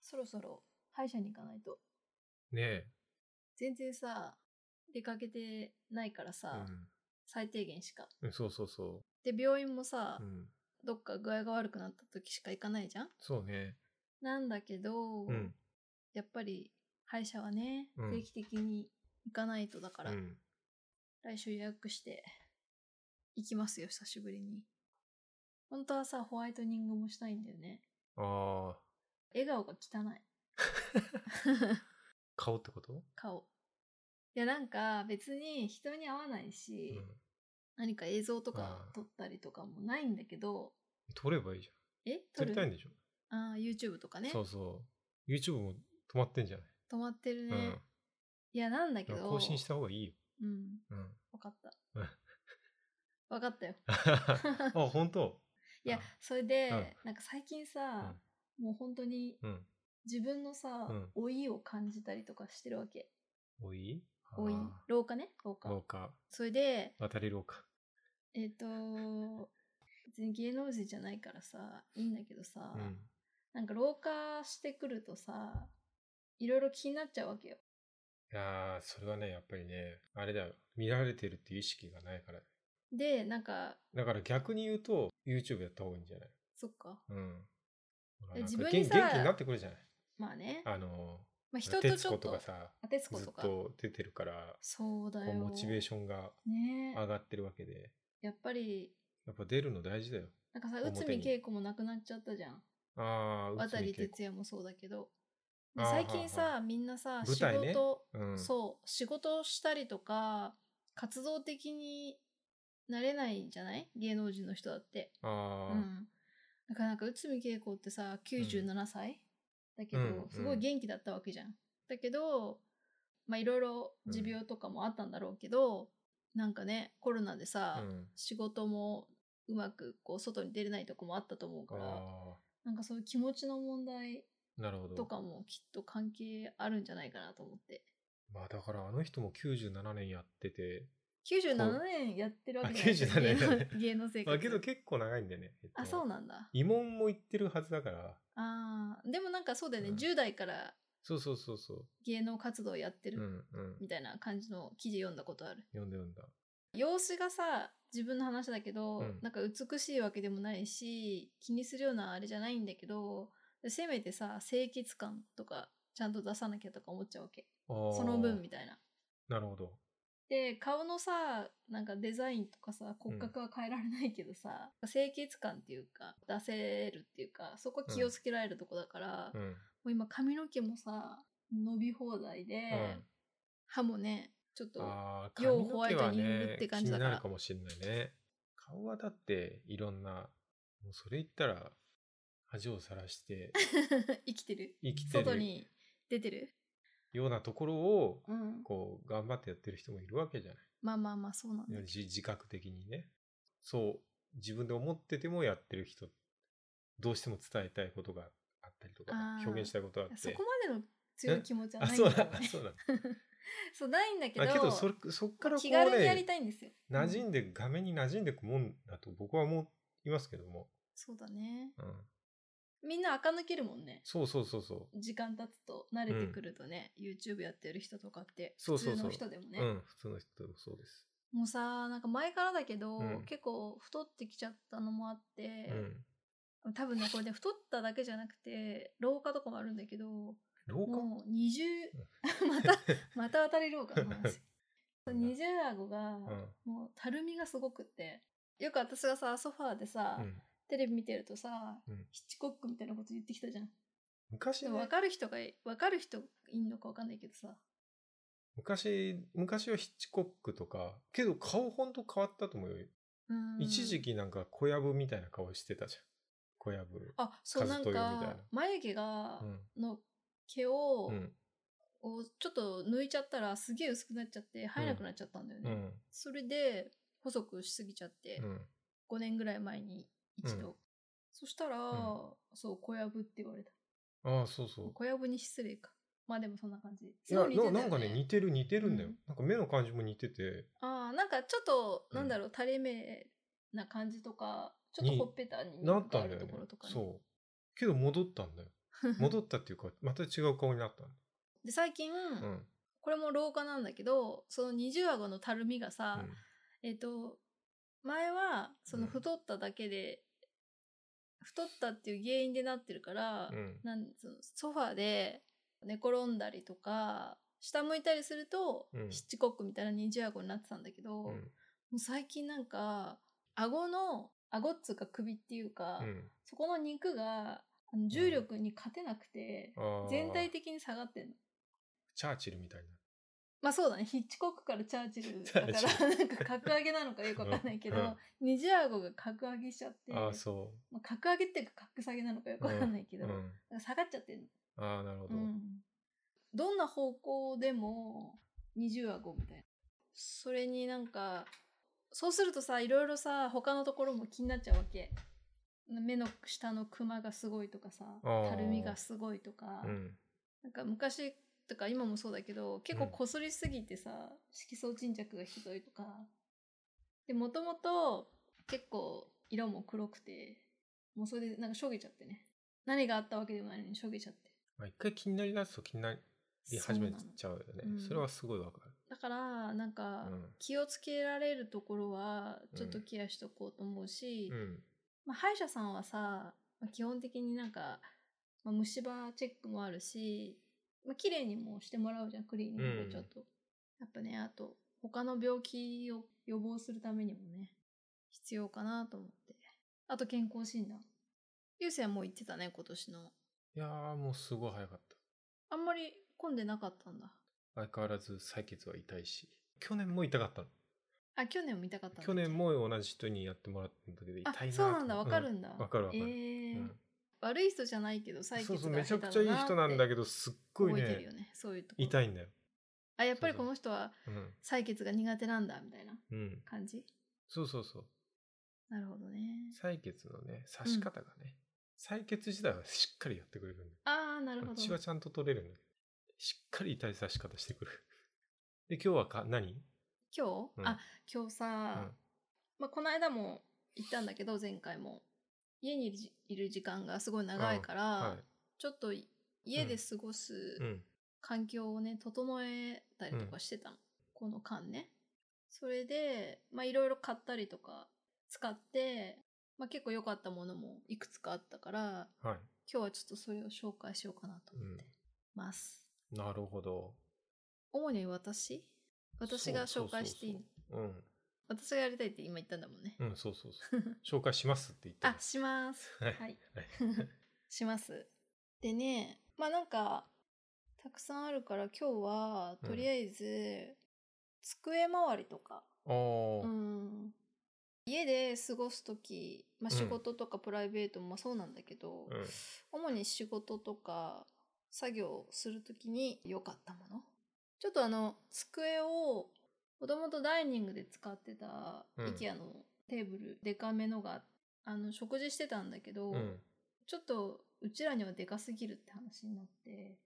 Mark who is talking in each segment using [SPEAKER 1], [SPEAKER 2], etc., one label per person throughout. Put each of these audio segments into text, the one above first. [SPEAKER 1] そろそろ歯医者に行かないと。
[SPEAKER 2] ねえ。
[SPEAKER 1] 全然さ、出かけてないからさ、最低限しか。
[SPEAKER 2] うん。そうそうそ
[SPEAKER 1] で、病院もさ、
[SPEAKER 2] う。うん。
[SPEAKER 1] どっか具合が悪くなった時しか行かないじゃん
[SPEAKER 2] そうね。
[SPEAKER 1] なんだけど、
[SPEAKER 2] うん。
[SPEAKER 1] やっぱり歯医者はね、
[SPEAKER 2] うん
[SPEAKER 1] 定期的に行かないとだから、
[SPEAKER 2] うん。
[SPEAKER 1] 来週予約して行きますよ、久しぶりに。本当はさ、ホワイトニングもしたいんだよね。
[SPEAKER 2] ああ、
[SPEAKER 1] 笑顔が汚 い。
[SPEAKER 2] 顔ってこと
[SPEAKER 1] 顔。いや、なんか別に人に会わないうし、
[SPEAKER 2] ん。
[SPEAKER 1] 何か映像とか
[SPEAKER 2] あー
[SPEAKER 1] 撮ったりとかもないんだけど、
[SPEAKER 2] 撮ればいいじ
[SPEAKER 1] え
[SPEAKER 2] ゃ
[SPEAKER 1] 撮
[SPEAKER 2] ん。撮りたいん
[SPEAKER 1] る
[SPEAKER 2] でしょ
[SPEAKER 1] ああ、YouTube とかね。
[SPEAKER 2] そうそう。YouTube も止まってんじゃない
[SPEAKER 1] 止まってるね。
[SPEAKER 2] うん
[SPEAKER 1] いや、なんだけ
[SPEAKER 2] だから
[SPEAKER 1] ど。
[SPEAKER 2] 更新した方がいいよ。
[SPEAKER 1] うん。
[SPEAKER 2] うん。
[SPEAKER 1] わかった
[SPEAKER 2] うん。
[SPEAKER 1] わかったよ。
[SPEAKER 2] あ、本当
[SPEAKER 1] いや
[SPEAKER 2] うん、
[SPEAKER 1] それで、
[SPEAKER 2] うん
[SPEAKER 1] なんか最近さ、もう本当に
[SPEAKER 2] うん。
[SPEAKER 1] 自分のさ、
[SPEAKER 2] うん
[SPEAKER 1] 老いを感じたりとかしてるわけ。
[SPEAKER 2] 多い
[SPEAKER 1] 老い
[SPEAKER 2] ああ。
[SPEAKER 1] 老化ね老化。
[SPEAKER 2] 廊下。
[SPEAKER 1] それで、
[SPEAKER 2] 渡り廊下。
[SPEAKER 1] えっ、と、別に芸能人じゃないからさ、いいんだけどさ、
[SPEAKER 2] うん。
[SPEAKER 1] なんか老化してくるとさ、いろいろ気になっちゃうわけよ。
[SPEAKER 2] いやー、それはね、やっぱりね、あれだよ。見られてるっていう意識がないから。
[SPEAKER 1] で、なんか、
[SPEAKER 2] だから逆に言うと、YouTube やった方がいいんじゃない
[SPEAKER 1] そっか。
[SPEAKER 2] うん。ほら
[SPEAKER 1] え
[SPEAKER 2] なん
[SPEAKER 1] 自
[SPEAKER 2] か
[SPEAKER 1] 分
[SPEAKER 2] げん
[SPEAKER 1] にさ
[SPEAKER 2] 元気になってくるじゃない
[SPEAKER 1] まあね。
[SPEAKER 2] あの
[SPEAKER 1] まあ
[SPEAKER 2] ー、
[SPEAKER 1] 人と
[SPEAKER 2] 徹
[SPEAKER 1] ちょ
[SPEAKER 2] 子
[SPEAKER 1] っ
[SPEAKER 2] と
[SPEAKER 1] と
[SPEAKER 2] か。さ、
[SPEAKER 1] あ、徹子
[SPEAKER 2] ず
[SPEAKER 1] と
[SPEAKER 2] っ
[SPEAKER 1] か。
[SPEAKER 2] と出てるから、
[SPEAKER 1] そうだ
[SPEAKER 2] こう
[SPEAKER 1] よ。
[SPEAKER 2] モチベーションが
[SPEAKER 1] ねえ
[SPEAKER 2] 上がってるわけで、
[SPEAKER 1] やっぱり、
[SPEAKER 2] やっぱ出るの大事だよ。
[SPEAKER 1] なんかさ、
[SPEAKER 2] 表
[SPEAKER 1] 内
[SPEAKER 2] に
[SPEAKER 1] 海稽古もなくなっちゃったじゃん。
[SPEAKER 2] ああ、
[SPEAKER 1] 渡
[SPEAKER 2] 内海
[SPEAKER 1] 哲
[SPEAKER 2] 結
[SPEAKER 1] 也もそうだけど。
[SPEAKER 2] あ
[SPEAKER 1] で
[SPEAKER 2] ー
[SPEAKER 1] 最近
[SPEAKER 2] はんは
[SPEAKER 1] さ、みんなさ、
[SPEAKER 2] 舞
[SPEAKER 1] 仕
[SPEAKER 2] 台ね
[SPEAKER 1] 事、
[SPEAKER 2] 構うん。
[SPEAKER 1] そう、仕事をしたりとか、活動的になれないんじゃない芸能人の人だって。う
[SPEAKER 2] ああ、
[SPEAKER 1] ん。だからなんか、内海稽古ってさ、97歳、だけど、
[SPEAKER 2] うん
[SPEAKER 1] すごい元気だったわけじゃん。だけど、まあいろいろ持病とかもあったんだろうけど、なんかね、コロナでさ、
[SPEAKER 2] うん
[SPEAKER 1] 仕事もうまくこう外に出れないとこもあったと思うから
[SPEAKER 2] あ
[SPEAKER 1] なんかそういう気持ちの問題
[SPEAKER 2] ーなるほど。
[SPEAKER 1] とかもきっと関係あるんじゃないかなと思って
[SPEAKER 2] まあだからあの人も97年やってて、
[SPEAKER 1] 97年やってるわけじゃ
[SPEAKER 2] あ
[SPEAKER 1] ない
[SPEAKER 2] 97年
[SPEAKER 1] 芸能芸能生活
[SPEAKER 2] まあけど結構長いんだよね。えっと
[SPEAKER 1] あそうなんだ
[SPEAKER 2] 慰問も行ってるはずだから、
[SPEAKER 1] あーでもなんかそうだよね、
[SPEAKER 2] うん
[SPEAKER 1] 10代から
[SPEAKER 2] そうそうそうそう。
[SPEAKER 1] 芸能活動やって
[SPEAKER 2] うん
[SPEAKER 1] る
[SPEAKER 2] うん。
[SPEAKER 1] みたいな感じの記事読んだことある
[SPEAKER 2] 読んだ読んだ。
[SPEAKER 1] 様子がさ自分の話だけど、
[SPEAKER 2] うん
[SPEAKER 1] なんか美しいわけでもないし気にするようなあれじゃないんだけどせめてさ清潔感とかちゃんと出さなきゃとか思っちゃうわけ
[SPEAKER 2] そ
[SPEAKER 1] その分みたいな。
[SPEAKER 2] なるほど。
[SPEAKER 1] で顔のさなんかデザインとかさ骨格は変えられないけどさ、清潔感っていうか出せるっていうかそこ気をつけられるとこだから、
[SPEAKER 2] う
[SPEAKER 1] も
[SPEAKER 2] ん。
[SPEAKER 1] う今髪の毛もさ伸び放題で、
[SPEAKER 2] うん
[SPEAKER 1] 歯もねちょっと
[SPEAKER 2] ああ、
[SPEAKER 1] 要
[SPEAKER 2] 髪
[SPEAKER 1] ホ
[SPEAKER 2] の
[SPEAKER 1] ワイ
[SPEAKER 2] 毛
[SPEAKER 1] ト
[SPEAKER 2] は
[SPEAKER 1] ニング
[SPEAKER 2] ね
[SPEAKER 1] っ、て感じ
[SPEAKER 2] 気
[SPEAKER 1] だ
[SPEAKER 2] に
[SPEAKER 1] から
[SPEAKER 2] なるかもしれないね。顔はだっていろんな、もうそれ言ったら恥をさらして
[SPEAKER 1] 生きてる
[SPEAKER 2] 生きて
[SPEAKER 1] 外
[SPEAKER 2] る
[SPEAKER 1] に出てる、
[SPEAKER 2] ようなところを、
[SPEAKER 1] うん、
[SPEAKER 2] こう、頑張ってやってる人もいるわけじゃない。
[SPEAKER 1] まあまあまあそうなんだけど
[SPEAKER 2] 自自覚的にね。そう、自分で思っててもやってる人、どうしても伝えたいことがあったりとか
[SPEAKER 1] あ、ー
[SPEAKER 2] 表現したいことがあって。
[SPEAKER 1] そこまでの強い気持ちは
[SPEAKER 2] あ、
[SPEAKER 1] ないん
[SPEAKER 2] そう
[SPEAKER 1] だ
[SPEAKER 2] だ
[SPEAKER 1] よ、
[SPEAKER 2] あ
[SPEAKER 1] ね、
[SPEAKER 2] そうだ。
[SPEAKER 1] そうないんだ けど
[SPEAKER 2] あけどそれ、そっからこう
[SPEAKER 1] 気軽にやり
[SPEAKER 2] ね、
[SPEAKER 1] たいんですよ
[SPEAKER 2] 馴染
[SPEAKER 1] うん
[SPEAKER 2] んで、画面に馴染んでいくもんだと僕は思いますけども。
[SPEAKER 1] そうだね
[SPEAKER 2] うん。
[SPEAKER 1] みんな垢抜けるもんね
[SPEAKER 2] そうそうそうそ
[SPEAKER 1] 時間経つと慣れてくるとね、YouTube やってる人とかって
[SPEAKER 2] そ
[SPEAKER 1] 普
[SPEAKER 2] うそう
[SPEAKER 1] 通
[SPEAKER 2] そう
[SPEAKER 1] の人でも
[SPEAKER 2] う。
[SPEAKER 1] ね
[SPEAKER 2] うん、普通の人もそうです。
[SPEAKER 1] もうさなんか前からだけど、
[SPEAKER 2] うん
[SPEAKER 1] 結構太ってきちゃったのもあって
[SPEAKER 2] う、ん。
[SPEAKER 1] 多分ねこれね太っただけじゃなくて老化とかもあるんだけど
[SPEAKER 2] 廊下
[SPEAKER 1] もう20 またまた渡り老 化の話二重顎が、
[SPEAKER 2] うん。
[SPEAKER 1] もうたるみがすごくってよく私がさソファーでさ、
[SPEAKER 2] うん。
[SPEAKER 1] テレビ見てるとさ、
[SPEAKER 2] うん
[SPEAKER 1] ヒッチコックみたいなこと言ってきたじゃん
[SPEAKER 2] 昔
[SPEAKER 1] で
[SPEAKER 2] ね
[SPEAKER 1] も分かる人がい分かる人いんのか分かんないけどさ
[SPEAKER 2] 昔、昔はヒッチコックとか、けど顔ほんと変わったと思うよ。
[SPEAKER 1] うん
[SPEAKER 2] 一時期なんか小籔みたいな顔してたじゃん。小籔。
[SPEAKER 1] あそう
[SPEAKER 2] 風
[SPEAKER 1] なん
[SPEAKER 2] というみたい
[SPEAKER 1] か
[SPEAKER 2] な
[SPEAKER 1] 眉毛が、の毛を,、
[SPEAKER 2] うん。うん。
[SPEAKER 1] をちょっと抜いちゃったらすげえ薄くなっちゃって生えなくなっちゃったんだよ
[SPEAKER 2] う
[SPEAKER 1] ね、
[SPEAKER 2] ん。
[SPEAKER 1] それで細くしすぎちゃって
[SPEAKER 2] う、ん。
[SPEAKER 1] 5年ぐらい前に一度、
[SPEAKER 2] う
[SPEAKER 1] そしたら、
[SPEAKER 2] ん
[SPEAKER 1] そう小籔って言われた
[SPEAKER 2] ああ、そうそう。
[SPEAKER 1] 小籔に失礼かまあでもそんな感じ
[SPEAKER 2] い
[SPEAKER 1] す
[SPEAKER 2] や
[SPEAKER 1] ごい似てたよ
[SPEAKER 2] な
[SPEAKER 1] ね
[SPEAKER 2] なんかね、似てる似てるんだよ。
[SPEAKER 1] うん
[SPEAKER 2] なんか目の感じも似てて、
[SPEAKER 1] ああなんかちょっと、
[SPEAKER 2] うん
[SPEAKER 1] なんだろう垂れ目な感じとかちょっとほっぺたに
[SPEAKER 2] なった
[SPEAKER 1] あ
[SPEAKER 2] んだ
[SPEAKER 1] ると
[SPEAKER 2] よね
[SPEAKER 1] ころとか、ね、
[SPEAKER 2] そう。けど戻ったんだよ。戻ったっていうか、また違う顔になったの。
[SPEAKER 1] で最近、
[SPEAKER 2] うん。
[SPEAKER 1] これも老化なんだけどその二重顎のたるみがさ、
[SPEAKER 2] うん
[SPEAKER 1] えっと前はその
[SPEAKER 2] うん
[SPEAKER 1] 太っただけで、太ったっていう原因でなってるから、
[SPEAKER 2] うん。
[SPEAKER 1] なんそのソファーで寝転んだりとか下向いたりすると、
[SPEAKER 2] うん
[SPEAKER 1] ヒッチコックみたいな二重顎になってたんだけど、
[SPEAKER 2] う
[SPEAKER 1] も
[SPEAKER 2] ん。
[SPEAKER 1] う最近なんか顎の顎っつうか首っていうか、
[SPEAKER 2] うん
[SPEAKER 1] そこの肉があの重力に勝てなくて、
[SPEAKER 2] あー
[SPEAKER 1] 全体的に下がってんの。
[SPEAKER 2] チャーチルみたいな。
[SPEAKER 1] まあそうだねヒッチコックからチャーチルだから
[SPEAKER 2] チャーチ
[SPEAKER 1] なんか格上げなのかよくわかんないけど、
[SPEAKER 2] うんうん
[SPEAKER 1] 二重顎が格上げしちゃって
[SPEAKER 2] ああ、そ
[SPEAKER 1] まあ、格上げっていうか格下げなのかよくわかんないけ
[SPEAKER 2] う。
[SPEAKER 1] ど、
[SPEAKER 2] う
[SPEAKER 1] なんか
[SPEAKER 2] ん。
[SPEAKER 1] 下がっちゃってんの。
[SPEAKER 2] ああ、なるほど。
[SPEAKER 1] うん、どんな方向でも二重顎みたいなそれになんかそうするとさいろいろさ他のところも気になっちゃうわけ目の下のクマがすごいとかさ
[SPEAKER 2] あー
[SPEAKER 1] たるみがすごいとか、
[SPEAKER 2] うん。
[SPEAKER 1] なんか昔とか今もそうだけど結構
[SPEAKER 2] うん
[SPEAKER 1] こすりすぎてさ、色素沈着がひどいとかでもともと結構色も黒くてもうそれでなんかしょげちゃってね何があったわけでもないのにしょげちゃって
[SPEAKER 2] まあ、一回気になりだすと気になり始め
[SPEAKER 1] そうなの
[SPEAKER 2] ちゃうよね。
[SPEAKER 1] うん
[SPEAKER 2] それはすごいわかる。
[SPEAKER 1] だからなんか
[SPEAKER 2] うん
[SPEAKER 1] 気をつけられるところはちょっと
[SPEAKER 2] うん
[SPEAKER 1] ケアしとこうと思うし、
[SPEAKER 2] うん。
[SPEAKER 1] まあ、歯医者さんはさ、まあ、基本的になんか、まあ、虫歯チェックもあるし、まあ綺麗にもしてもらうじゃんクリーニング
[SPEAKER 2] うん
[SPEAKER 1] をちょっと、やっぱねあと他の病気を予防するためにもね必要かなと思ってあと健康診断ゆうせいはもう行ってたね今年の
[SPEAKER 2] いやー、もうすごい早かった。
[SPEAKER 1] あんまり混んでなかったんだ
[SPEAKER 2] 相変わらず採血は痛いし。去年も痛かったの。
[SPEAKER 1] あ去年も見たかったんだ
[SPEAKER 2] 去年も同じ人にやってもらったんだけど、痛いな
[SPEAKER 1] あ
[SPEAKER 2] ーと思って
[SPEAKER 1] そうなんだわかる
[SPEAKER 2] うん
[SPEAKER 1] だ
[SPEAKER 2] わかるわかる
[SPEAKER 1] え
[SPEAKER 2] ん
[SPEAKER 1] ー
[SPEAKER 2] うん
[SPEAKER 1] 悪い人じゃないけど採
[SPEAKER 2] そうそ
[SPEAKER 1] 血
[SPEAKER 2] う、
[SPEAKER 1] が
[SPEAKER 2] めち
[SPEAKER 1] 下
[SPEAKER 2] ゃくち
[SPEAKER 1] 手
[SPEAKER 2] ゃいい
[SPEAKER 1] だなって
[SPEAKER 2] 人なんだけど、すっごい
[SPEAKER 1] 覚えてる
[SPEAKER 2] ね
[SPEAKER 1] よ、ねそういうところ
[SPEAKER 2] 痛いんだよ。
[SPEAKER 1] あやっぱり
[SPEAKER 2] そうそ
[SPEAKER 1] こ
[SPEAKER 2] う
[SPEAKER 1] の人は
[SPEAKER 2] うん。
[SPEAKER 1] 採血が苦手なんだみたいな
[SPEAKER 2] うん。
[SPEAKER 1] 感じ
[SPEAKER 2] そうそうそう。
[SPEAKER 1] なるほどね
[SPEAKER 2] 採血のね、刺し方がね、採血自体はしっかりやってくれるんだよ。
[SPEAKER 1] ああなるほど
[SPEAKER 2] 血はちゃんと取れるんだけど、しっかり痛い刺し方してくる。 で、今日はか、何
[SPEAKER 1] 今日、
[SPEAKER 2] うん
[SPEAKER 1] あ今日さ、まあ、この間も行ったんだけど前回も家にいるじいる時間がすごい長いから、
[SPEAKER 2] は
[SPEAKER 1] ちょっとい家で過ごす
[SPEAKER 2] い。うん。
[SPEAKER 1] 環境をね整えたりとかしてたの、この間ねそれでまあいろいろ買ったりとか使って、まあ、結構良かったものもいくつかあったから
[SPEAKER 2] はい。
[SPEAKER 1] 今日はちょっとそれを紹介しようかなと思ってます、
[SPEAKER 2] なるほど。
[SPEAKER 1] 主に私私が
[SPEAKER 2] そう
[SPEAKER 1] 紹介していいの
[SPEAKER 2] うん。
[SPEAKER 1] 私がやりたいって今言ったんだもんね、
[SPEAKER 2] うん、そうそ うそう。紹介しますって言った
[SPEAKER 1] あ
[SPEAKER 2] の。
[SPEAKER 1] します
[SPEAKER 2] はい
[SPEAKER 1] はい
[SPEAKER 2] はい
[SPEAKER 1] しますでねまあなんかたくさんあるから今日はとりあえず、机周りとか
[SPEAKER 2] あー
[SPEAKER 1] うん家で過ごす時、まあ、
[SPEAKER 2] うん
[SPEAKER 1] 仕事とかプライベートもそうなんだけど、
[SPEAKER 2] うん。
[SPEAKER 1] 主に仕事とか作業する時に良かったものちょっとあの机をもともとダイニングで使ってた
[SPEAKER 2] うん
[SPEAKER 1] IKEA のテーブル、デカめのがあの食事してたんだけど、
[SPEAKER 2] うん。
[SPEAKER 1] ちょっとうちらにはデカすぎるって話になって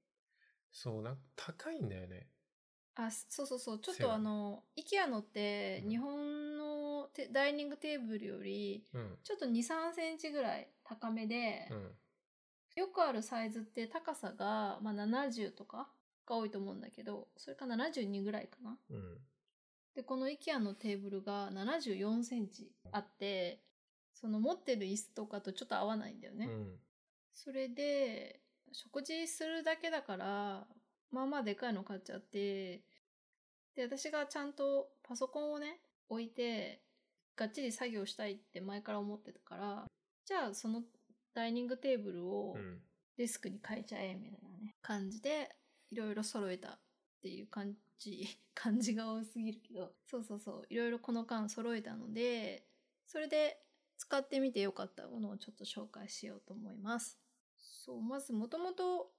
[SPEAKER 2] そう、なんか高いんだよね。
[SPEAKER 1] あそうそうそうちょっ
[SPEAKER 2] そう
[SPEAKER 1] と
[SPEAKER 2] だ
[SPEAKER 1] あ
[SPEAKER 2] ね
[SPEAKER 1] の IKEA のって
[SPEAKER 2] うん
[SPEAKER 1] 日本のテダイニングテーブルより
[SPEAKER 2] うん。
[SPEAKER 1] ちょっと2 3センチぐらい高めで、
[SPEAKER 2] うん。
[SPEAKER 1] よくあるサイズって高さが、まあ、70とかが多いと思うんだけどそれか72ぐらいかな
[SPEAKER 2] うん。
[SPEAKER 1] でこの IKEA のテーブルが74センチあってその持ってる椅子とかとちょっと合わないんだよね、
[SPEAKER 2] うん。
[SPEAKER 1] それで食事するだけだからまあまあでかいの買っちゃってで私がちゃんとパソコンをね置いてがっちり作業したいって前から思ってたからじゃあそのダイニングテーブルを、
[SPEAKER 2] うん。
[SPEAKER 1] デスクに変えちゃえみたいなね感じでいろいろ揃えたっていう感じ 感じが多すぎるけどそうそうそういろいろこの間揃えたのでそれで使ってみてよかったものをちょっと紹介しようと思いますそうまずもともと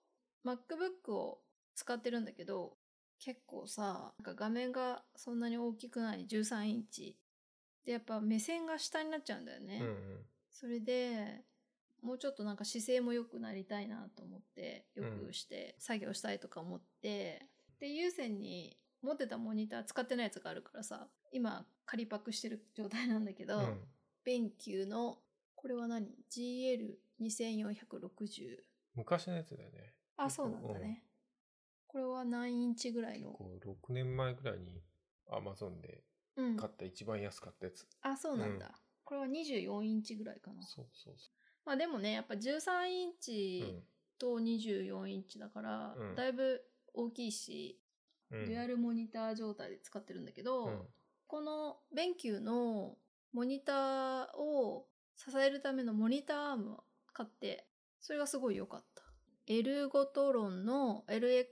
[SPEAKER 1] MacBook を使ってるんだけど結構さなんか画面がそんなに大きくない13インチでやっぱ目線が下になっちゃうんだよね、
[SPEAKER 2] うんうん。
[SPEAKER 1] それでもうちょっとなんか姿勢も良くなりたいなと思ってよくして作業したいとか思って、で優先に持ってたモニター使ってないやつがあるからさ今仮パクしてる状態なんだけど、
[SPEAKER 2] うん。
[SPEAKER 1] BenQ のこれは何 ?GL2460
[SPEAKER 2] 昔のやつだよね。
[SPEAKER 1] あ、そうなんだね。これは何インチぐらいの。
[SPEAKER 2] こう6年前ぐらいに Amazon で
[SPEAKER 1] うん。
[SPEAKER 2] 買った一番安かったやつ。
[SPEAKER 1] あ、そうなん
[SPEAKER 2] うん
[SPEAKER 1] だ。これは24インチぐらいかな。
[SPEAKER 2] そうそうそ
[SPEAKER 1] まあでもね、やっぱ13イン
[SPEAKER 2] う。
[SPEAKER 1] チと24インチだから、
[SPEAKER 2] うん
[SPEAKER 1] だいぶ大きいし、
[SPEAKER 2] うん。うん
[SPEAKER 1] デュアルモニター状態で使ってるんだけど、
[SPEAKER 2] うん
[SPEAKER 1] このベンキューのモニターを支えるためのモニターアームを買って、それがすごい良かった。エルゴトロンの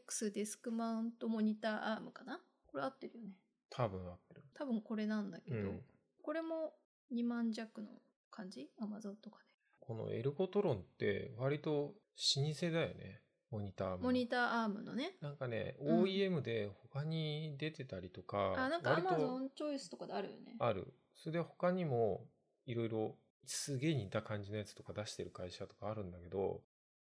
[SPEAKER 1] LX デスクマウントモニターアームかなこれ合ってるよね。
[SPEAKER 2] 多分合ってる。
[SPEAKER 1] 多分これなんだけど、
[SPEAKER 2] うん
[SPEAKER 1] これも2万弱の感じ ?Amazon とかで。
[SPEAKER 2] このエルゴトロンって割と老舗だよね。モニターも。
[SPEAKER 1] モニターアームのね。
[SPEAKER 2] なんかね、
[SPEAKER 1] うん
[SPEAKER 2] OEM で他に出てたりとか、
[SPEAKER 1] あ、なんか
[SPEAKER 2] 割と
[SPEAKER 1] Amazon チョイスとかであるよね。
[SPEAKER 2] ある。それで他にもいろいろすげえ似た感じのやつとか出してる会社とかあるんだけど、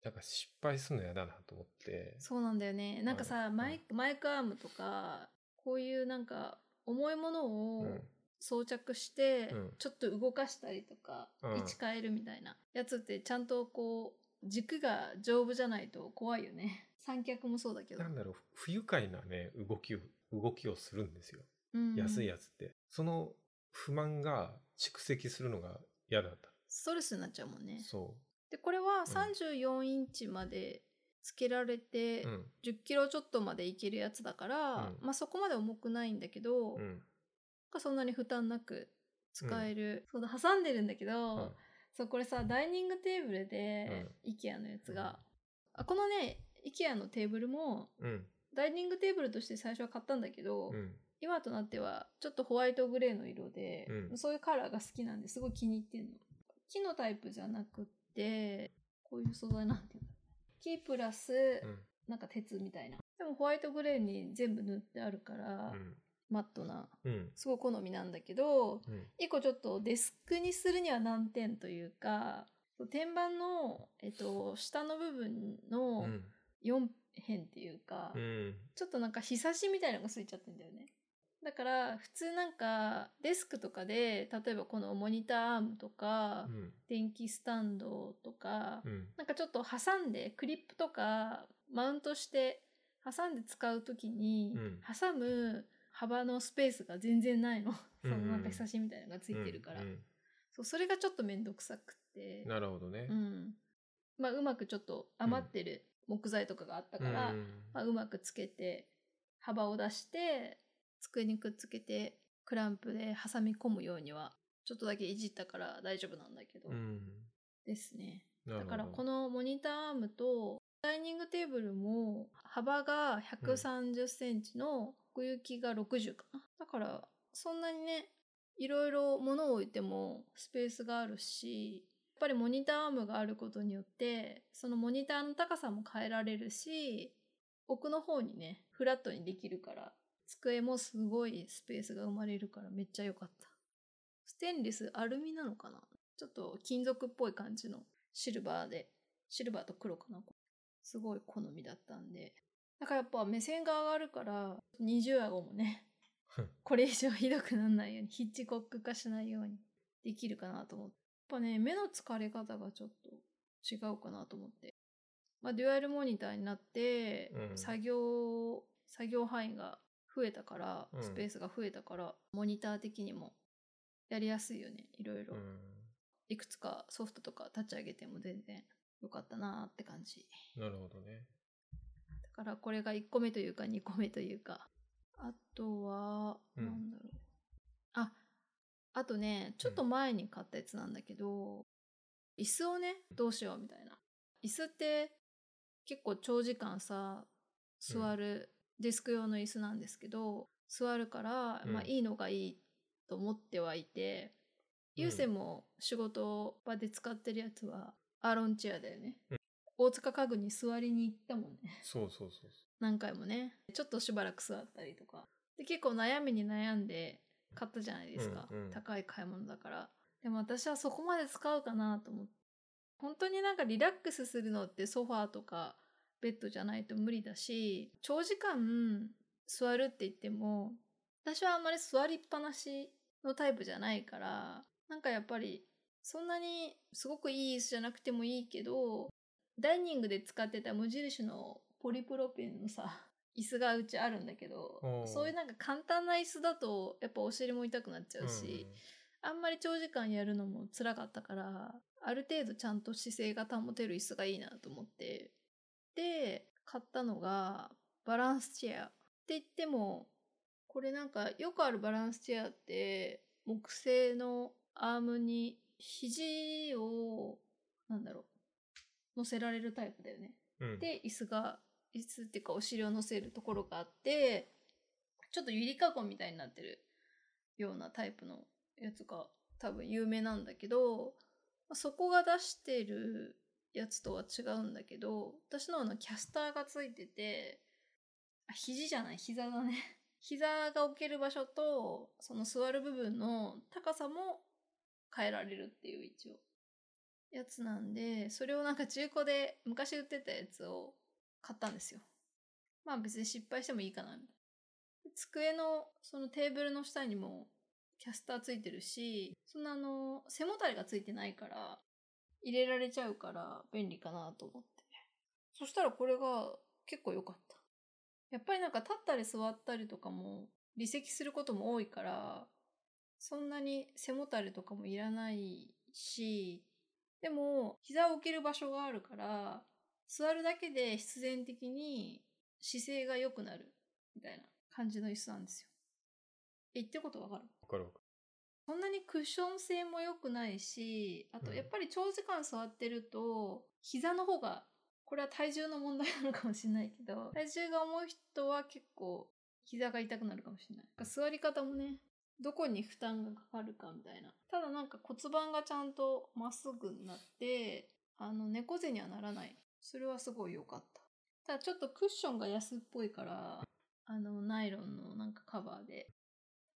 [SPEAKER 2] なんか失敗するの嫌だなと思って。
[SPEAKER 1] そうなんだよね。なんか
[SPEAKER 2] あ
[SPEAKER 1] さ、
[SPEAKER 2] る
[SPEAKER 1] マイク、マイクアームとか、こういうなんか、重いものを
[SPEAKER 2] うん
[SPEAKER 1] 装着して
[SPEAKER 2] うん、
[SPEAKER 1] ちょっと動かしたりとか、
[SPEAKER 2] うん
[SPEAKER 1] 位置変えるみたいなやつって、ちゃんとこう、軸が丈夫じゃないと怖いよね。 三脚もそうだけど
[SPEAKER 2] な。んだろう、不愉快なね、動きを、動きをするんですよ。
[SPEAKER 1] うん
[SPEAKER 2] 安いやつって。その不満が蓄積するのが嫌だった。
[SPEAKER 1] ストレスになっちゃうもんね。
[SPEAKER 2] そ
[SPEAKER 1] で、これは
[SPEAKER 2] うん
[SPEAKER 1] 34インチまでつけられて、
[SPEAKER 2] う。うん。
[SPEAKER 1] 10キロちょっとまでいけるやつだから、
[SPEAKER 2] うん
[SPEAKER 1] まあそこまで重くないんだけど、
[SPEAKER 2] うん。
[SPEAKER 1] そんなに負担なく使える、そうだ挟んでるんだけど、
[SPEAKER 2] うん
[SPEAKER 1] そうこれさダイニングテーブルで、IKEA のやつが、あこのね IKEA のテーブルも
[SPEAKER 2] うん。
[SPEAKER 1] ダイニングテーブルとして最初は買ったんだけど、
[SPEAKER 2] うん。
[SPEAKER 1] 今となってはちょっとホワイトグレーの色で、
[SPEAKER 2] うん
[SPEAKER 1] そういうカラーが好きなんですごい気に入ってんの木のタイプじゃなくってこういう素材なんていうんだ木プラス、
[SPEAKER 2] うん。
[SPEAKER 1] なんか鉄みたいなでもホワイトグレーに全部塗ってあるから、
[SPEAKER 2] うん。
[SPEAKER 1] マットな
[SPEAKER 2] うん。
[SPEAKER 1] すごい好みなんだけど
[SPEAKER 2] うん。
[SPEAKER 1] 一個ちょっとデスクにするには難点というか天板の、えっと、下の部分の
[SPEAKER 2] うん。
[SPEAKER 1] 4辺っていうか、
[SPEAKER 2] うん。
[SPEAKER 1] ちょっとなんか日差しみたいなのがついちゃってんだよねだから普通なんかデスクとかで例えばこのモニターアームとか、
[SPEAKER 2] うん。
[SPEAKER 1] 電気スタンドとか、
[SPEAKER 2] うん。
[SPEAKER 1] なんかちょっと挟んでクリップとかマウントして挟んで使うときに、
[SPEAKER 2] うん
[SPEAKER 1] 挟む幅のスペースが全然ないの。その
[SPEAKER 2] うんうん
[SPEAKER 1] なんかひさしみたいなのがついてるから、
[SPEAKER 2] うんうん
[SPEAKER 1] そうそれがちょっとめんどくさくて、
[SPEAKER 2] なるほどね。
[SPEAKER 1] うん、まあうまくちょっと余ってる木材とかがあったから、
[SPEAKER 2] う
[SPEAKER 1] うんまあ、うまくつけて幅を出して机にくっつけてクランプで挟み込むようにはちょっとだけいじったから大丈夫なんだけど、
[SPEAKER 2] うん。
[SPEAKER 1] ですね。
[SPEAKER 2] なるほど
[SPEAKER 1] だからこのモニターアームとダイニングテーブルも幅が130センチの奥行きが60かな。だからそんなにね、いろいろ物を置いてもスペースがあるし、やっぱりモニターアームがあることによって、そのモニターの高さも変えられるし、奥の方にね、フラットにできるから、机もすごいスペースが生まれるからめっちゃ良かった。ステンレス、アルミなのかなちょっと金属っぽい感じのシルバーで、シルバーと黒かな。すごい好みだったんで。だからやっぱ目線が上がるから、二重顎もね、これ以上ひどくならないように、ヒッチコック化しないようにできるかなと思って。やっぱね、目の疲れ方がちょっと違うかなと思って。まあ、デュアルモニターになって、
[SPEAKER 2] うん
[SPEAKER 1] 作業、作業範囲が増えたから、
[SPEAKER 2] うん
[SPEAKER 1] スペースが増えたから、モニター的にもやりやすいよね、いろいろ。
[SPEAKER 2] うん
[SPEAKER 1] いくつかソフトとか立ち上げても全然良かったなーって感じ。
[SPEAKER 2] なるほどね。
[SPEAKER 1] だからこれが1個目というか2個目というか。あとは、
[SPEAKER 2] うん
[SPEAKER 1] なんだろう。あ、あとね、ちょっと前に買ったやつなんだけど、椅子をね、どうしようみたいな。椅子って結構長時間さ、座る、デスク用の椅子なんですけど、座るから、
[SPEAKER 2] うん
[SPEAKER 1] まあいいのがいいと思ってはいて、
[SPEAKER 2] うん
[SPEAKER 1] ゆうせも仕事場で使ってるやつはアーロンチェアだよね。
[SPEAKER 2] うん
[SPEAKER 1] 大塚家具に座りに行ったもんね。
[SPEAKER 2] そうそうそう
[SPEAKER 1] 何回もねちょっとしばらく座ったりとかで結構悩みに悩んで買ったじゃないですか、
[SPEAKER 2] うんうん
[SPEAKER 1] 高い買い物だからでも私はそこまで使うかなと思って本当になんかリラックスするのってソファーとかベッドじゃないと無理だし長時間座るって言っても私はあんまり座りっぱなしのタイプじゃないからなんかやっぱりそんなにすごくいい椅子じゃなくてもいいけどダイニングで使ってた無印のポリプロペンのさ椅子がうちあるんだけど
[SPEAKER 2] うん
[SPEAKER 1] そういうなんか簡単な椅子だとやっぱお尻も痛くなっちゃうし、あんまり長時間やるのも辛かったからある程度ちゃんと姿勢が保てる椅子がいいなと思ってで買ったのがバランスチェアって言ってもこれなんかよくあるバランスチェアって木製のアームに肘をなんだろう乗せられるタイプだよね。
[SPEAKER 2] うんうん、
[SPEAKER 1] で椅子が椅子っていうかお尻を乗せるところがあってちょっとゆりかごみたいになってるようなタイプのやつが多分有名なんだけどまあそこが出してるやつとは違うんだけど私のあのキャスターがついててあ肘じゃない膝だね 膝が置ける場所とその座る部分の高さも変えられるっていう一応やつなんでそれをなんか中古で昔売ってたやつを買ったんですよまあ別に失敗してもいいかなみたいな机のそのテーブルの下にもキャスターついてるしそんなあの背もたれがついてないから入れられちゃうから便利かなと思ってそしたらこれが結構良かったやっぱりなんか立ったり座ったりとかも離席することも多いからそんなに背もたれとかもいらないしでも、膝を置ける場所があるから、座るだけで必然的に姿勢が良くなる、みたいな感じの椅子なんですよ。え、言ってることわかる
[SPEAKER 2] わかるわか
[SPEAKER 1] そんなにクッション性も良くないし、あと
[SPEAKER 2] うん
[SPEAKER 1] やっぱり長時間座ってると、膝の方が、これは体重の問題なのかもしれないけ ど、体重が重い人は結構膝が痛くなるかもしれない。なんか座り方もね、どこに負担がかかるかみたいな。ただなんか骨盤がちゃんとまっすぐになって、あの、猫背にはならない。それはすごい良かった。ただちょっとクッションが安っぽいから、あの、ナイロンのなんかカバーで。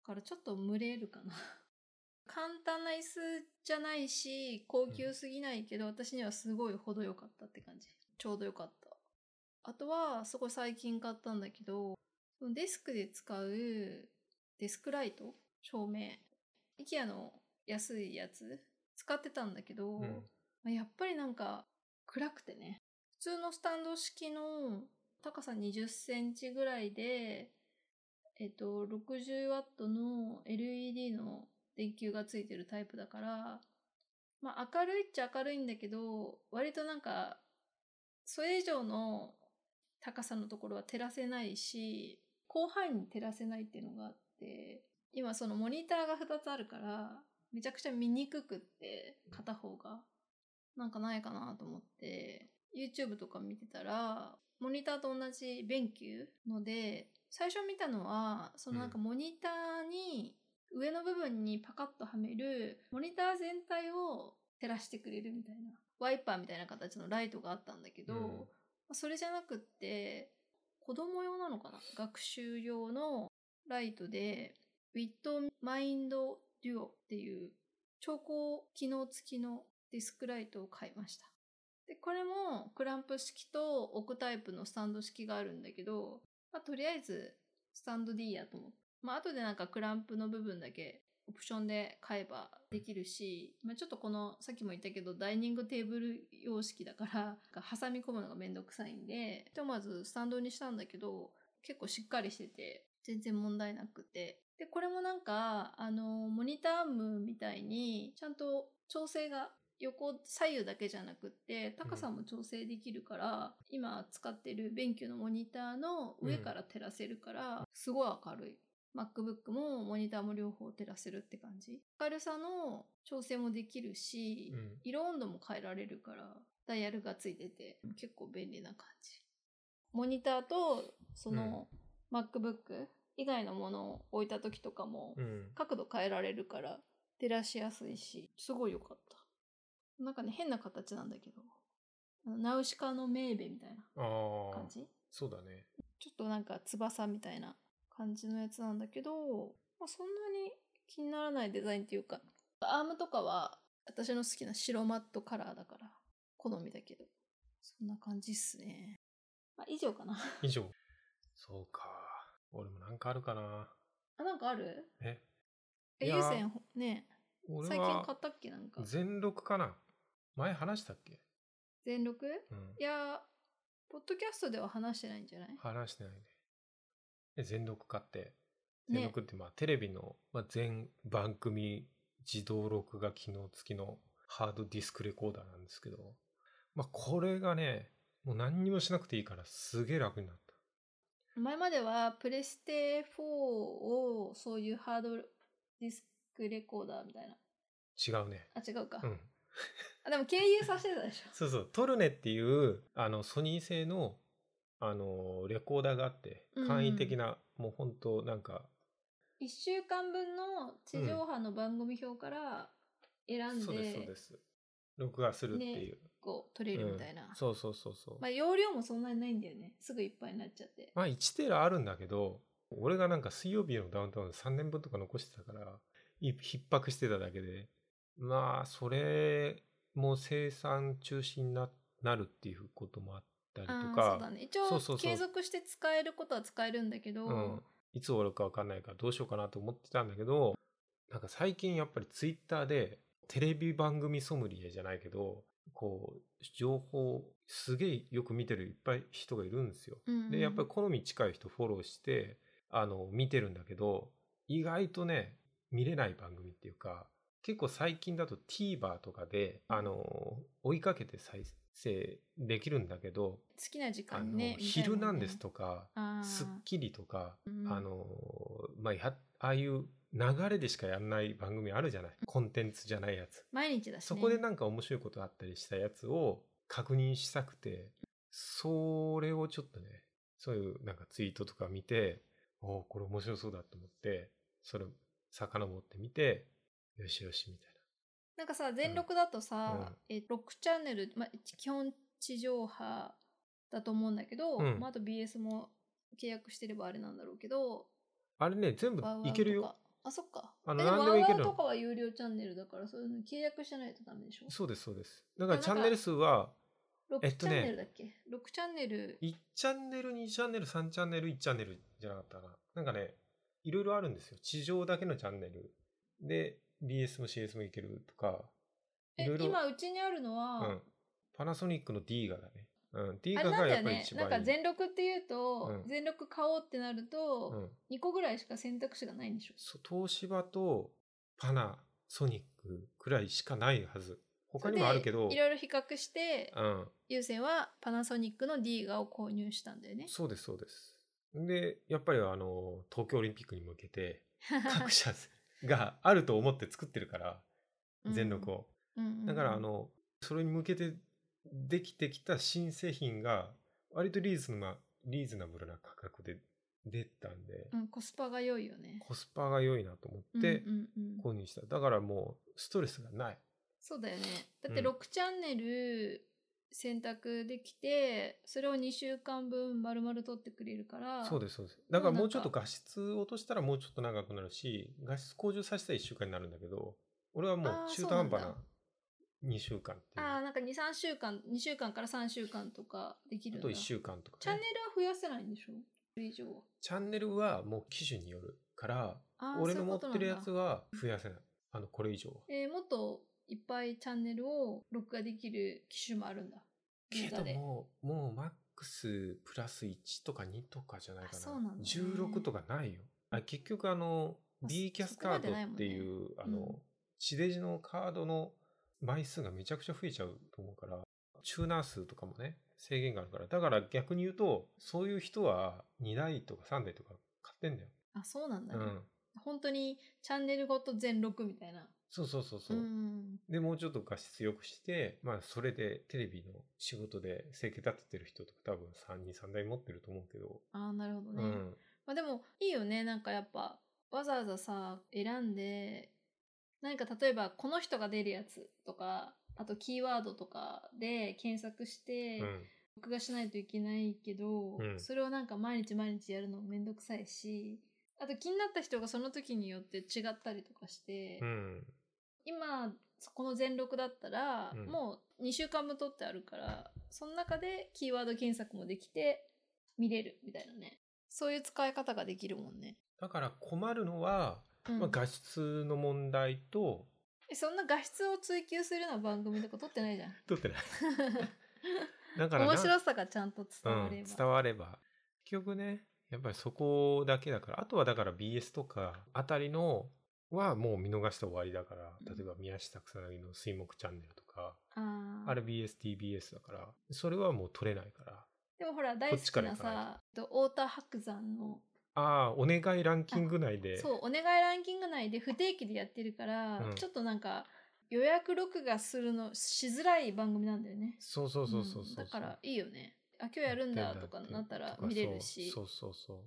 [SPEAKER 1] だからちょっと蒸れるかな。 簡単な椅子じゃないし、高級すぎないけど、私にはすごい程よかったって感じ。ちょうどよかった。あとは、すごい最近買ったんだけど、そのデスクで使うデスクライト照明。IKEA の安いやつ使ってたんだけど、
[SPEAKER 2] うん
[SPEAKER 1] まあやっぱりなんか暗くてね。普通のスタンド式の高さ20センチぐらいで、えっと、60ワットの LED の電球がついてるタイプだから、まあ明るいっちゃ明るいんだけど、割となんか、それ以上の高さのところは照らせないし、広範囲に照らせないっていうのがあって、今そのモニターが2つあるから、めちゃくちゃ見にくくって、片方が。なんかないかなと思って、YouTube とか見てたら、モニターと同じ便球ので、最初見たのは、そのなんかモニターに、上の部分にパカッとはめる、モニター全体を照らしてくれるみたいな、ワイパーみたいな形のライトがあったんだけど、
[SPEAKER 2] うん
[SPEAKER 1] まあそれじゃなくって、子供用なのかな学習用のライトで、With Mind Duo っていう超高機能付きのディスクライトを買いました。で、これもクランプ式と置くタイプのスタンド式があるんだけど、まあ、とりあえずスタンドでいいやと思って。まあ、後でなんかクランプの部分だけオプションで買えばできるし、まあ、ちょっとこの、さっきも言ったけど、ダイニングテーブル様式だから、なんか挟み込むのがめんどくさいんで、ひとまずスタンドにしたんだけど、結構しっかりしてて、全然問題なくて。で、これもなんか、あの、モニターアームみたいに、ちゃんと調整が横、左右だけじゃなくって、高さも調整できるから、今使ってるベンキューのモニターの上から照らせるから、すごい明るい。MacBook もモニターも両方照らせるって感じ。明るさの調整もできるし、
[SPEAKER 2] うん
[SPEAKER 1] 色温度も変えられるから、ダイヤルがついてて、結構便利な感じ。モニターと、その、MacBook 以外のものを置いた時とかも、
[SPEAKER 2] うん
[SPEAKER 1] 角度変えられるから、照らしやすいし、すごい良かった。なんかね、変な形なんだけど、あのナウシカのメーベみたい
[SPEAKER 2] あ
[SPEAKER 1] な
[SPEAKER 2] あ
[SPEAKER 1] 感じ
[SPEAKER 2] そうだね
[SPEAKER 1] ちょっとなんか翼みたいな感じのやつなんだけど、まあ、そんなに気にならないデザインっていうか、アームとかは私の好きな白マットカラーだから、好みだけど、そんな感じっすね。まあ、以上かな。
[SPEAKER 2] 以上そうか俺もなんかあるかな
[SPEAKER 1] あ、なんかある
[SPEAKER 2] え
[SPEAKER 1] え、
[SPEAKER 2] いや
[SPEAKER 1] 優先、ね、
[SPEAKER 2] 俺
[SPEAKER 1] 最近買
[SPEAKER 2] は
[SPEAKER 1] ったっけなんか。
[SPEAKER 2] 全録かな前話したっけ
[SPEAKER 1] 全録
[SPEAKER 2] うん
[SPEAKER 1] い。や、ポッドキャストでは話してないんじゃない
[SPEAKER 2] 話してないね。で全録買って。全
[SPEAKER 1] ね
[SPEAKER 2] 録。ってまあテレビの、まあ、全番組自動録画機能付きのハードディスクレコーダーなんですけど、まあこれがね、もう何にもしなくていいからすげえ楽になった。
[SPEAKER 1] 前まではプレステ4をそういうハードディスクレコーダーみたいな。
[SPEAKER 2] 違うね。
[SPEAKER 1] あ、違うか。
[SPEAKER 2] うん。
[SPEAKER 1] あでも経由させてたでしょ。
[SPEAKER 2] そうそう、トルネっていう、あの、ソニー製の、あの、レコーダーがあって
[SPEAKER 1] うん、
[SPEAKER 2] 簡易的な、もう本当なんか、
[SPEAKER 1] 1週間分の地上波の番組表から選ん
[SPEAKER 2] そうです、そう
[SPEAKER 1] で
[SPEAKER 2] です。録画するっていう。
[SPEAKER 1] こう取れるみたいな。
[SPEAKER 2] うんそうそうそうそう。
[SPEAKER 1] まあ容量もそんなにないんだよね。すぐいっぱいになっちゃって。
[SPEAKER 2] まあ1テラあるんだけど、俺がなんか水曜日のダウンタウン3年分とか残してたから、い逼迫してただけで、まあそれも生産中止にななるっていうこともあったりと
[SPEAKER 1] ああー、そうだ
[SPEAKER 2] か、
[SPEAKER 1] ね。一
[SPEAKER 2] そ
[SPEAKER 1] 応
[SPEAKER 2] うそうそう
[SPEAKER 1] 継続して使えることは使えるんだけど、
[SPEAKER 2] うん、いつ終わるかわかんないからどうしようかなと思ってたんだけど、なんか最近やっぱりツイッターでテレビ番組ソムリエじゃないけど、こう、情報をすげえよく見てるいっぱい人がいるんですよ。
[SPEAKER 1] うんうん
[SPEAKER 2] でやっぱり好み近い人フォローしてあの見てるんだけど意外とね見れない番組っていうか結構最近だと TVer とかであの追いかけて再生できるんだけど
[SPEAKER 1] 好きな時
[SPEAKER 2] 「あ
[SPEAKER 1] 間
[SPEAKER 2] の
[SPEAKER 1] にね。みたい
[SPEAKER 2] 昼なんです」
[SPEAKER 1] ね
[SPEAKER 2] とか
[SPEAKER 1] あ
[SPEAKER 2] 『
[SPEAKER 1] ー
[SPEAKER 2] スッキリ』とか
[SPEAKER 1] うん
[SPEAKER 2] あの、まあ、やああいう流れでしかやんない番組あるじゃないコンテンツじゃないやつ。
[SPEAKER 1] 毎日だし、ね。
[SPEAKER 2] そこでなんか面白いことあったりしたやつを確認したくて、それをちょっとね、そういうなんかツイートとか見て、おお、これ面白そうだと思って、それ、遡ってみて、よしよしみたい
[SPEAKER 1] なんかさ、全録だとさ、え6チャンネル、まあ、基本地上波だと思うんだけど、
[SPEAKER 2] うん
[SPEAKER 1] まあ、あと BS も契約してればあれなんだろうけど、
[SPEAKER 2] な。あれね、全部
[SPEAKER 1] ワウワウ
[SPEAKER 2] いける
[SPEAKER 1] と
[SPEAKER 2] よ
[SPEAKER 1] か。。あ、そっか。
[SPEAKER 2] あの
[SPEAKER 1] えでも
[SPEAKER 2] 何でもいけ
[SPEAKER 1] ワウ
[SPEAKER 2] る
[SPEAKER 1] ワ
[SPEAKER 2] の
[SPEAKER 1] ウとかは有料チャンネルだから、そういうの契約してないとダメでしょ
[SPEAKER 2] そうです、そうです。だか
[SPEAKER 1] あなん
[SPEAKER 2] ら
[SPEAKER 1] か
[SPEAKER 2] チャンネル数は、
[SPEAKER 1] ?6
[SPEAKER 2] えっ
[SPEAKER 1] チ
[SPEAKER 2] と
[SPEAKER 1] ャン
[SPEAKER 2] ね
[SPEAKER 1] ネルだっけ、?6 チャンネル。
[SPEAKER 2] 1チャンネル、2チャンネル、3チャンネル、1チャンネルじゃなかったかな。なんかね、いろいろあるんですよ。地上だけのチャンネル。で、BS も CS もいけるとか、
[SPEAKER 1] え、
[SPEAKER 2] いろいろ。
[SPEAKER 1] 今うちにあるのは、
[SPEAKER 2] うん、パナソニックの D がだね。うん、D
[SPEAKER 1] あれ
[SPEAKER 2] が
[SPEAKER 1] なん
[SPEAKER 2] が
[SPEAKER 1] だ
[SPEAKER 2] や
[SPEAKER 1] よ
[SPEAKER 2] っぱり
[SPEAKER 1] ね。
[SPEAKER 2] 一番
[SPEAKER 1] ないん
[SPEAKER 2] い。
[SPEAKER 1] か全録っていうと、
[SPEAKER 2] うん
[SPEAKER 1] 全録買おうってなると、
[SPEAKER 2] うん、
[SPEAKER 1] 2個ぐらいしか選択肢がないんでしょ
[SPEAKER 2] そう東芝とパナソニックくらいしかないはず。他にもあるけど
[SPEAKER 1] で、いろいろ比較して、
[SPEAKER 2] うん、
[SPEAKER 1] 優先はパナソニックの D ガを購入したんだよね。
[SPEAKER 2] そうですそうです。で、やっぱりあの東京オリンピックに向け て各社があると思って作ってるから全力を。
[SPEAKER 1] うんうんうん
[SPEAKER 2] だからあ、のそれに向けてできてきた新製品が割とリーズナリーズナブルな価格で出たんで。
[SPEAKER 1] うん、コスパが良いよね。
[SPEAKER 2] コスパが良いなと思って
[SPEAKER 1] うんうんうん
[SPEAKER 2] 購入した、だからもうストレスがない
[SPEAKER 1] そうだよね。だって
[SPEAKER 2] うん
[SPEAKER 1] 6チャンネル選択できて、それを2週間分丸々取ってくれるから、
[SPEAKER 2] そうですそうですだから
[SPEAKER 1] もうなんか
[SPEAKER 2] もうちょっと画質落としたらもうちょっと長くなるし画質向上させたら1週間になるんだけど俺はもう
[SPEAKER 1] あー
[SPEAKER 2] 中途半端
[SPEAKER 1] そうな
[SPEAKER 2] なん2週間っていう
[SPEAKER 1] ああ、
[SPEAKER 2] あ
[SPEAKER 1] なんか2、3週間、2週間から3週間とかできるんだ
[SPEAKER 2] と1週間とかね、
[SPEAKER 1] チャンネルは増やせないんでしょそれ以上は。
[SPEAKER 2] チャンネルはもう機種によるから
[SPEAKER 1] あー
[SPEAKER 2] 俺の持ってるやつ
[SPEAKER 1] そういうことなんだ
[SPEAKER 2] は増やせないあのこれ以上は
[SPEAKER 1] えーもっといっぱいチャンネルを録画できる機種もあるんだ。
[SPEAKER 2] け
[SPEAKER 1] 中
[SPEAKER 2] ど
[SPEAKER 1] で
[SPEAKER 2] もうもうマックスプラス1とか2とかじゃないか
[SPEAKER 1] あ
[SPEAKER 2] な
[SPEAKER 1] そうなんだね
[SPEAKER 2] 16とかないよあ結局あの
[SPEAKER 1] あ
[SPEAKER 2] B キャス
[SPEAKER 1] そこ
[SPEAKER 2] カ
[SPEAKER 1] ま
[SPEAKER 2] ー
[SPEAKER 1] で
[SPEAKER 2] ド
[SPEAKER 1] ないも
[SPEAKER 2] っ
[SPEAKER 1] んね
[SPEAKER 2] ていうあ
[SPEAKER 1] うん
[SPEAKER 2] の地デジのカードの枚数がめちゃくちゃ増えちゃうと思うからチューナー数とかもね制限があるからだから逆に言うとそういう人は2台とか3台とか買ってんだよ、
[SPEAKER 1] あ、そうなんだ
[SPEAKER 2] う
[SPEAKER 1] ね。
[SPEAKER 2] ん
[SPEAKER 1] 本当にチャンネルごと全録みたいな。
[SPEAKER 2] そうそうそうそう、
[SPEAKER 1] ん。
[SPEAKER 2] でもうちょっと画質良くして、まあ、それでテレビの仕事で生計立ててる人とか多分323台持ってると思うけど、
[SPEAKER 1] ああ、なるほどね。
[SPEAKER 2] うん、
[SPEAKER 1] まあでもいいよね。なんかやっぱわざわざさ、選んで、何か例えばこの人が出るやつとか、あとキーワードとかで検索して
[SPEAKER 2] う、ん、
[SPEAKER 1] 録画しないといけないけど、
[SPEAKER 2] うん
[SPEAKER 1] それをなんか毎日毎日やるのめんどくさいし、あと気になった人がその時によって違ったりとかして、
[SPEAKER 2] うん、
[SPEAKER 1] 今この全録だったら、
[SPEAKER 2] うん
[SPEAKER 1] もう2週間分撮ってあるからその中でキーワード検索もできて見れるみたいなねそういう使い方ができるもんね、
[SPEAKER 2] だから困るのは、
[SPEAKER 1] うん
[SPEAKER 2] まあ、画質の問題と
[SPEAKER 1] えそんな画質を追求するような番組とか撮ってないじゃん
[SPEAKER 2] 撮ってないだからな
[SPEAKER 1] 面白さがちゃんと伝わ
[SPEAKER 2] う
[SPEAKER 1] れ
[SPEAKER 2] ん、
[SPEAKER 1] ば、
[SPEAKER 2] 伝われば結局ねやっぱりそこだけだからあとはだから BS とかあたりのはもう見逃して終わりだから
[SPEAKER 1] うん
[SPEAKER 2] 例えば宮下草薙の水木チャンネルとか、
[SPEAKER 1] あー
[SPEAKER 2] あれ BSTBS だからそれはもう取れないから
[SPEAKER 1] でもほら大好
[SPEAKER 2] ちか
[SPEAKER 1] き
[SPEAKER 2] ら
[SPEAKER 1] な
[SPEAKER 2] 行かない
[SPEAKER 1] さえっと太田白山の
[SPEAKER 2] ああお願いランキング内で
[SPEAKER 1] そうお願いランキング内で不定期でやってるから、
[SPEAKER 2] うん
[SPEAKER 1] ちょっとなんか予約録画するのしづらい番組なんだよね
[SPEAKER 2] そうそうそうそうそううん
[SPEAKER 1] だからいいよねあ今日やるんだとかなったら見れるし
[SPEAKER 2] そうそうそうそ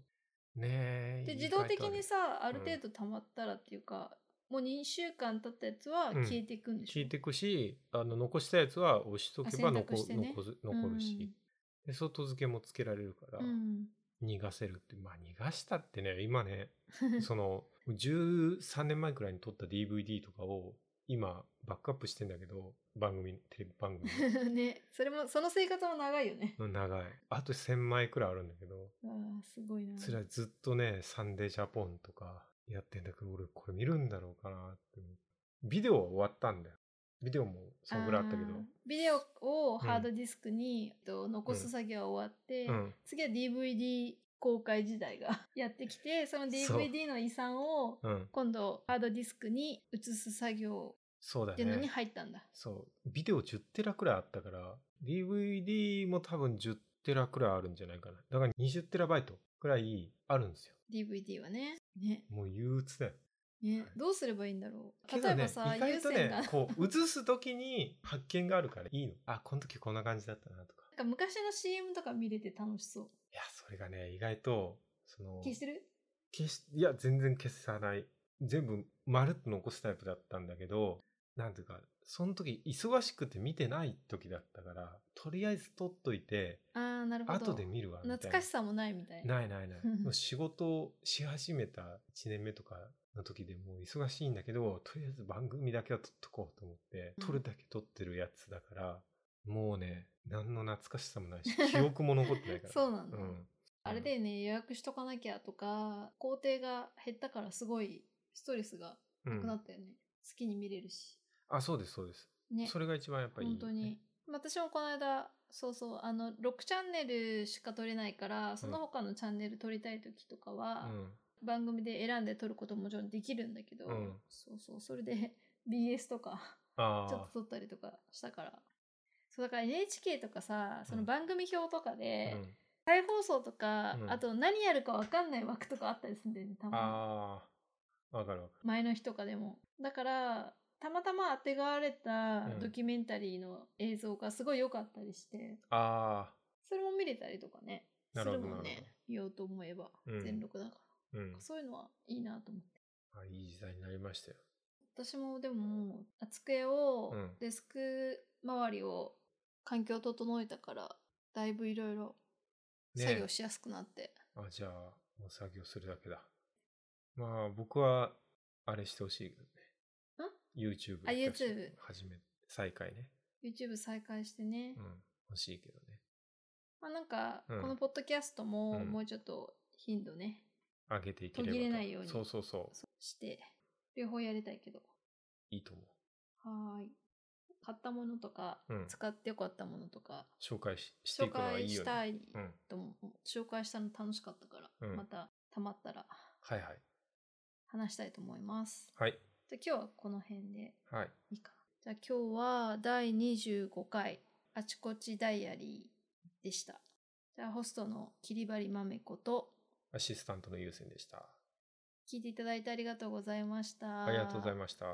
[SPEAKER 2] うねえ
[SPEAKER 1] で
[SPEAKER 2] いい
[SPEAKER 1] 自動的
[SPEAKER 2] 回答ある
[SPEAKER 1] にさある
[SPEAKER 2] る
[SPEAKER 1] 程度溜まったらっていうか、もう2週間経ったやつは
[SPEAKER 2] うん
[SPEAKER 1] 消えていくんでしょ、
[SPEAKER 2] 聞いてくしあの残したやつは押しとけば
[SPEAKER 1] あ選
[SPEAKER 2] 残,、
[SPEAKER 1] 択してね
[SPEAKER 2] 残す残るし、で外付けもつけられるから、
[SPEAKER 1] うん、うん
[SPEAKER 2] 逃がせるってまあ逃がしたってね 今ねその13年前くらいに撮った DVD とかを今バックアップしてんだけど番組テレビ番組
[SPEAKER 1] ねそれもその生活も長いよね
[SPEAKER 2] の長いあと1000枚くらいあるんだけど
[SPEAKER 1] あーすごいな
[SPEAKER 2] それはずっとね「サンデージャポン」とかやってんだけど俺これ見るんだろうかなってビデオは終わったんだよビデオもそんぐらいあったけど
[SPEAKER 1] ービデオをハードディスクに、えっと残す作業は終わって、
[SPEAKER 2] うん
[SPEAKER 1] 次は DVD 公開時代がやってきてその
[SPEAKER 2] そう
[SPEAKER 1] DVD の遺産を
[SPEAKER 2] うん
[SPEAKER 1] 今度ハードディスクに移す作業
[SPEAKER 2] そうだ
[SPEAKER 1] っていうのに
[SPEAKER 2] ね
[SPEAKER 1] 入ったんだ、
[SPEAKER 2] そうビデオ10テラくらいあったから DVD も多分10テラくらいあるんじゃないかなだから20テラバイトくらいあるんですよ
[SPEAKER 1] DVD はねね
[SPEAKER 2] もう憂鬱だよ
[SPEAKER 1] ね
[SPEAKER 2] はい
[SPEAKER 1] どうすればいいんだろう、
[SPEAKER 2] けど
[SPEAKER 1] 例え
[SPEAKER 2] ね
[SPEAKER 1] ばさ、
[SPEAKER 2] 意
[SPEAKER 1] 優
[SPEAKER 2] 外と
[SPEAKER 1] 先が
[SPEAKER 2] ね
[SPEAKER 1] なんか
[SPEAKER 2] こう映す時に発見があるからいいのあこの時こんな感じだったなとか
[SPEAKER 1] 昔の CM とか見れて楽しそう
[SPEAKER 2] いやそれがね意外とその
[SPEAKER 1] 消してる
[SPEAKER 2] 消しいや全然消さない全部まるっと残すタイプだったんだけどなんていうかその時忙しくて見てない時だったからとりあえず撮っといて
[SPEAKER 1] あーなるほど
[SPEAKER 2] 後で見るわみたいな
[SPEAKER 1] 懐かしさもないみたいな
[SPEAKER 2] ないないないもう仕事をし始めた1年目とかの時でもう忙しいんだけどとりあえず番組だけは撮っとこうと思って
[SPEAKER 1] うん
[SPEAKER 2] 撮るだけ撮ってるやつだから、もうね何の懐かしさもないし記憶も残ってないか ら
[SPEAKER 1] そうなんだ
[SPEAKER 2] ん
[SPEAKER 1] あれだよね予約しとかなきゃとか工程が減ったからすごいストレスが
[SPEAKER 2] う、
[SPEAKER 1] なくなんったよね、好きに見れるし
[SPEAKER 2] あそうですそうです、
[SPEAKER 1] ね
[SPEAKER 2] それが一番やっぱりいい
[SPEAKER 1] 本当
[SPEAKER 2] よね、
[SPEAKER 1] に私もこの間そうそうあの6チャンネルしか撮れないからその他のチャンネル撮りたい時とかは、番組で選んで撮ることももちろんできるんだけど、
[SPEAKER 2] うん
[SPEAKER 1] そうそうそれで BS とか
[SPEAKER 2] あ
[SPEAKER 1] ちょっと撮ったりとかしたからそうだから NHK とかさその
[SPEAKER 2] うん
[SPEAKER 1] 番組表とか
[SPEAKER 2] あ
[SPEAKER 1] で、
[SPEAKER 2] ー、うん
[SPEAKER 1] 再放送とか、
[SPEAKER 2] うん
[SPEAKER 1] あと何やるか分かんない枠とかあったりするんだよねたま
[SPEAKER 2] あーわかるわか
[SPEAKER 1] に前の日とかでもだからたまたま当てがわれた
[SPEAKER 2] うん
[SPEAKER 1] ドキュメンタリーの映像がすごい良かったりして、
[SPEAKER 2] るあ
[SPEAKER 1] それも見れたりとかね
[SPEAKER 2] な
[SPEAKER 1] す
[SPEAKER 2] るほ
[SPEAKER 1] る
[SPEAKER 2] ど
[SPEAKER 1] もん
[SPEAKER 2] なるほ
[SPEAKER 1] ね見ようと思えば、
[SPEAKER 2] うん
[SPEAKER 1] 全録だか
[SPEAKER 2] ーうん
[SPEAKER 1] らそういうのはいいなと思って
[SPEAKER 2] あいい時代になりましたよ
[SPEAKER 1] 私もでも机を、
[SPEAKER 2] うん
[SPEAKER 1] デスク周りを環境整えたからだいぶいろいろ
[SPEAKER 2] ね
[SPEAKER 1] 作業しやすくなって、
[SPEAKER 2] あ、じゃあ、もう作業するだけだ。まあ、僕は、あれしてほしいけどね。YouTube。
[SPEAKER 1] あ YouTube
[SPEAKER 2] 始め、再開ね。
[SPEAKER 1] YouTube 再開してね、
[SPEAKER 2] うん。欲しいけどね。
[SPEAKER 1] まあなんか、
[SPEAKER 2] うん
[SPEAKER 1] このポッドキャストも
[SPEAKER 2] うん
[SPEAKER 1] もうちょっと頻度ね、
[SPEAKER 2] 上げていければ
[SPEAKER 1] 途
[SPEAKER 2] と。
[SPEAKER 1] 切れないように
[SPEAKER 2] そうそうそう。
[SPEAKER 1] そうして、両方やりたいけど。
[SPEAKER 2] いいと思
[SPEAKER 1] はーい。買ったものとか、
[SPEAKER 2] う。うん。
[SPEAKER 1] 使ってよかったものとか、
[SPEAKER 2] 紹介ししてい
[SPEAKER 1] 紹
[SPEAKER 2] くのはい
[SPEAKER 1] 介
[SPEAKER 2] いよ
[SPEAKER 1] し
[SPEAKER 2] ね。
[SPEAKER 1] たい
[SPEAKER 2] うん。
[SPEAKER 1] と思う。紹介したの楽しかったから、
[SPEAKER 2] うん
[SPEAKER 1] また溜まったら
[SPEAKER 2] はいはい。
[SPEAKER 1] 話したいと思います。
[SPEAKER 2] はい。
[SPEAKER 1] じゃあ今日はこの辺で
[SPEAKER 2] はい。
[SPEAKER 1] いいかな。じゃあ今日は第25回、あちこちダイアリーでした。じゃあホストのキリバリマメコと、
[SPEAKER 2] アシスタントの優先でした。
[SPEAKER 1] 聞いていただいてありがとうございました。
[SPEAKER 2] ありがとうございました。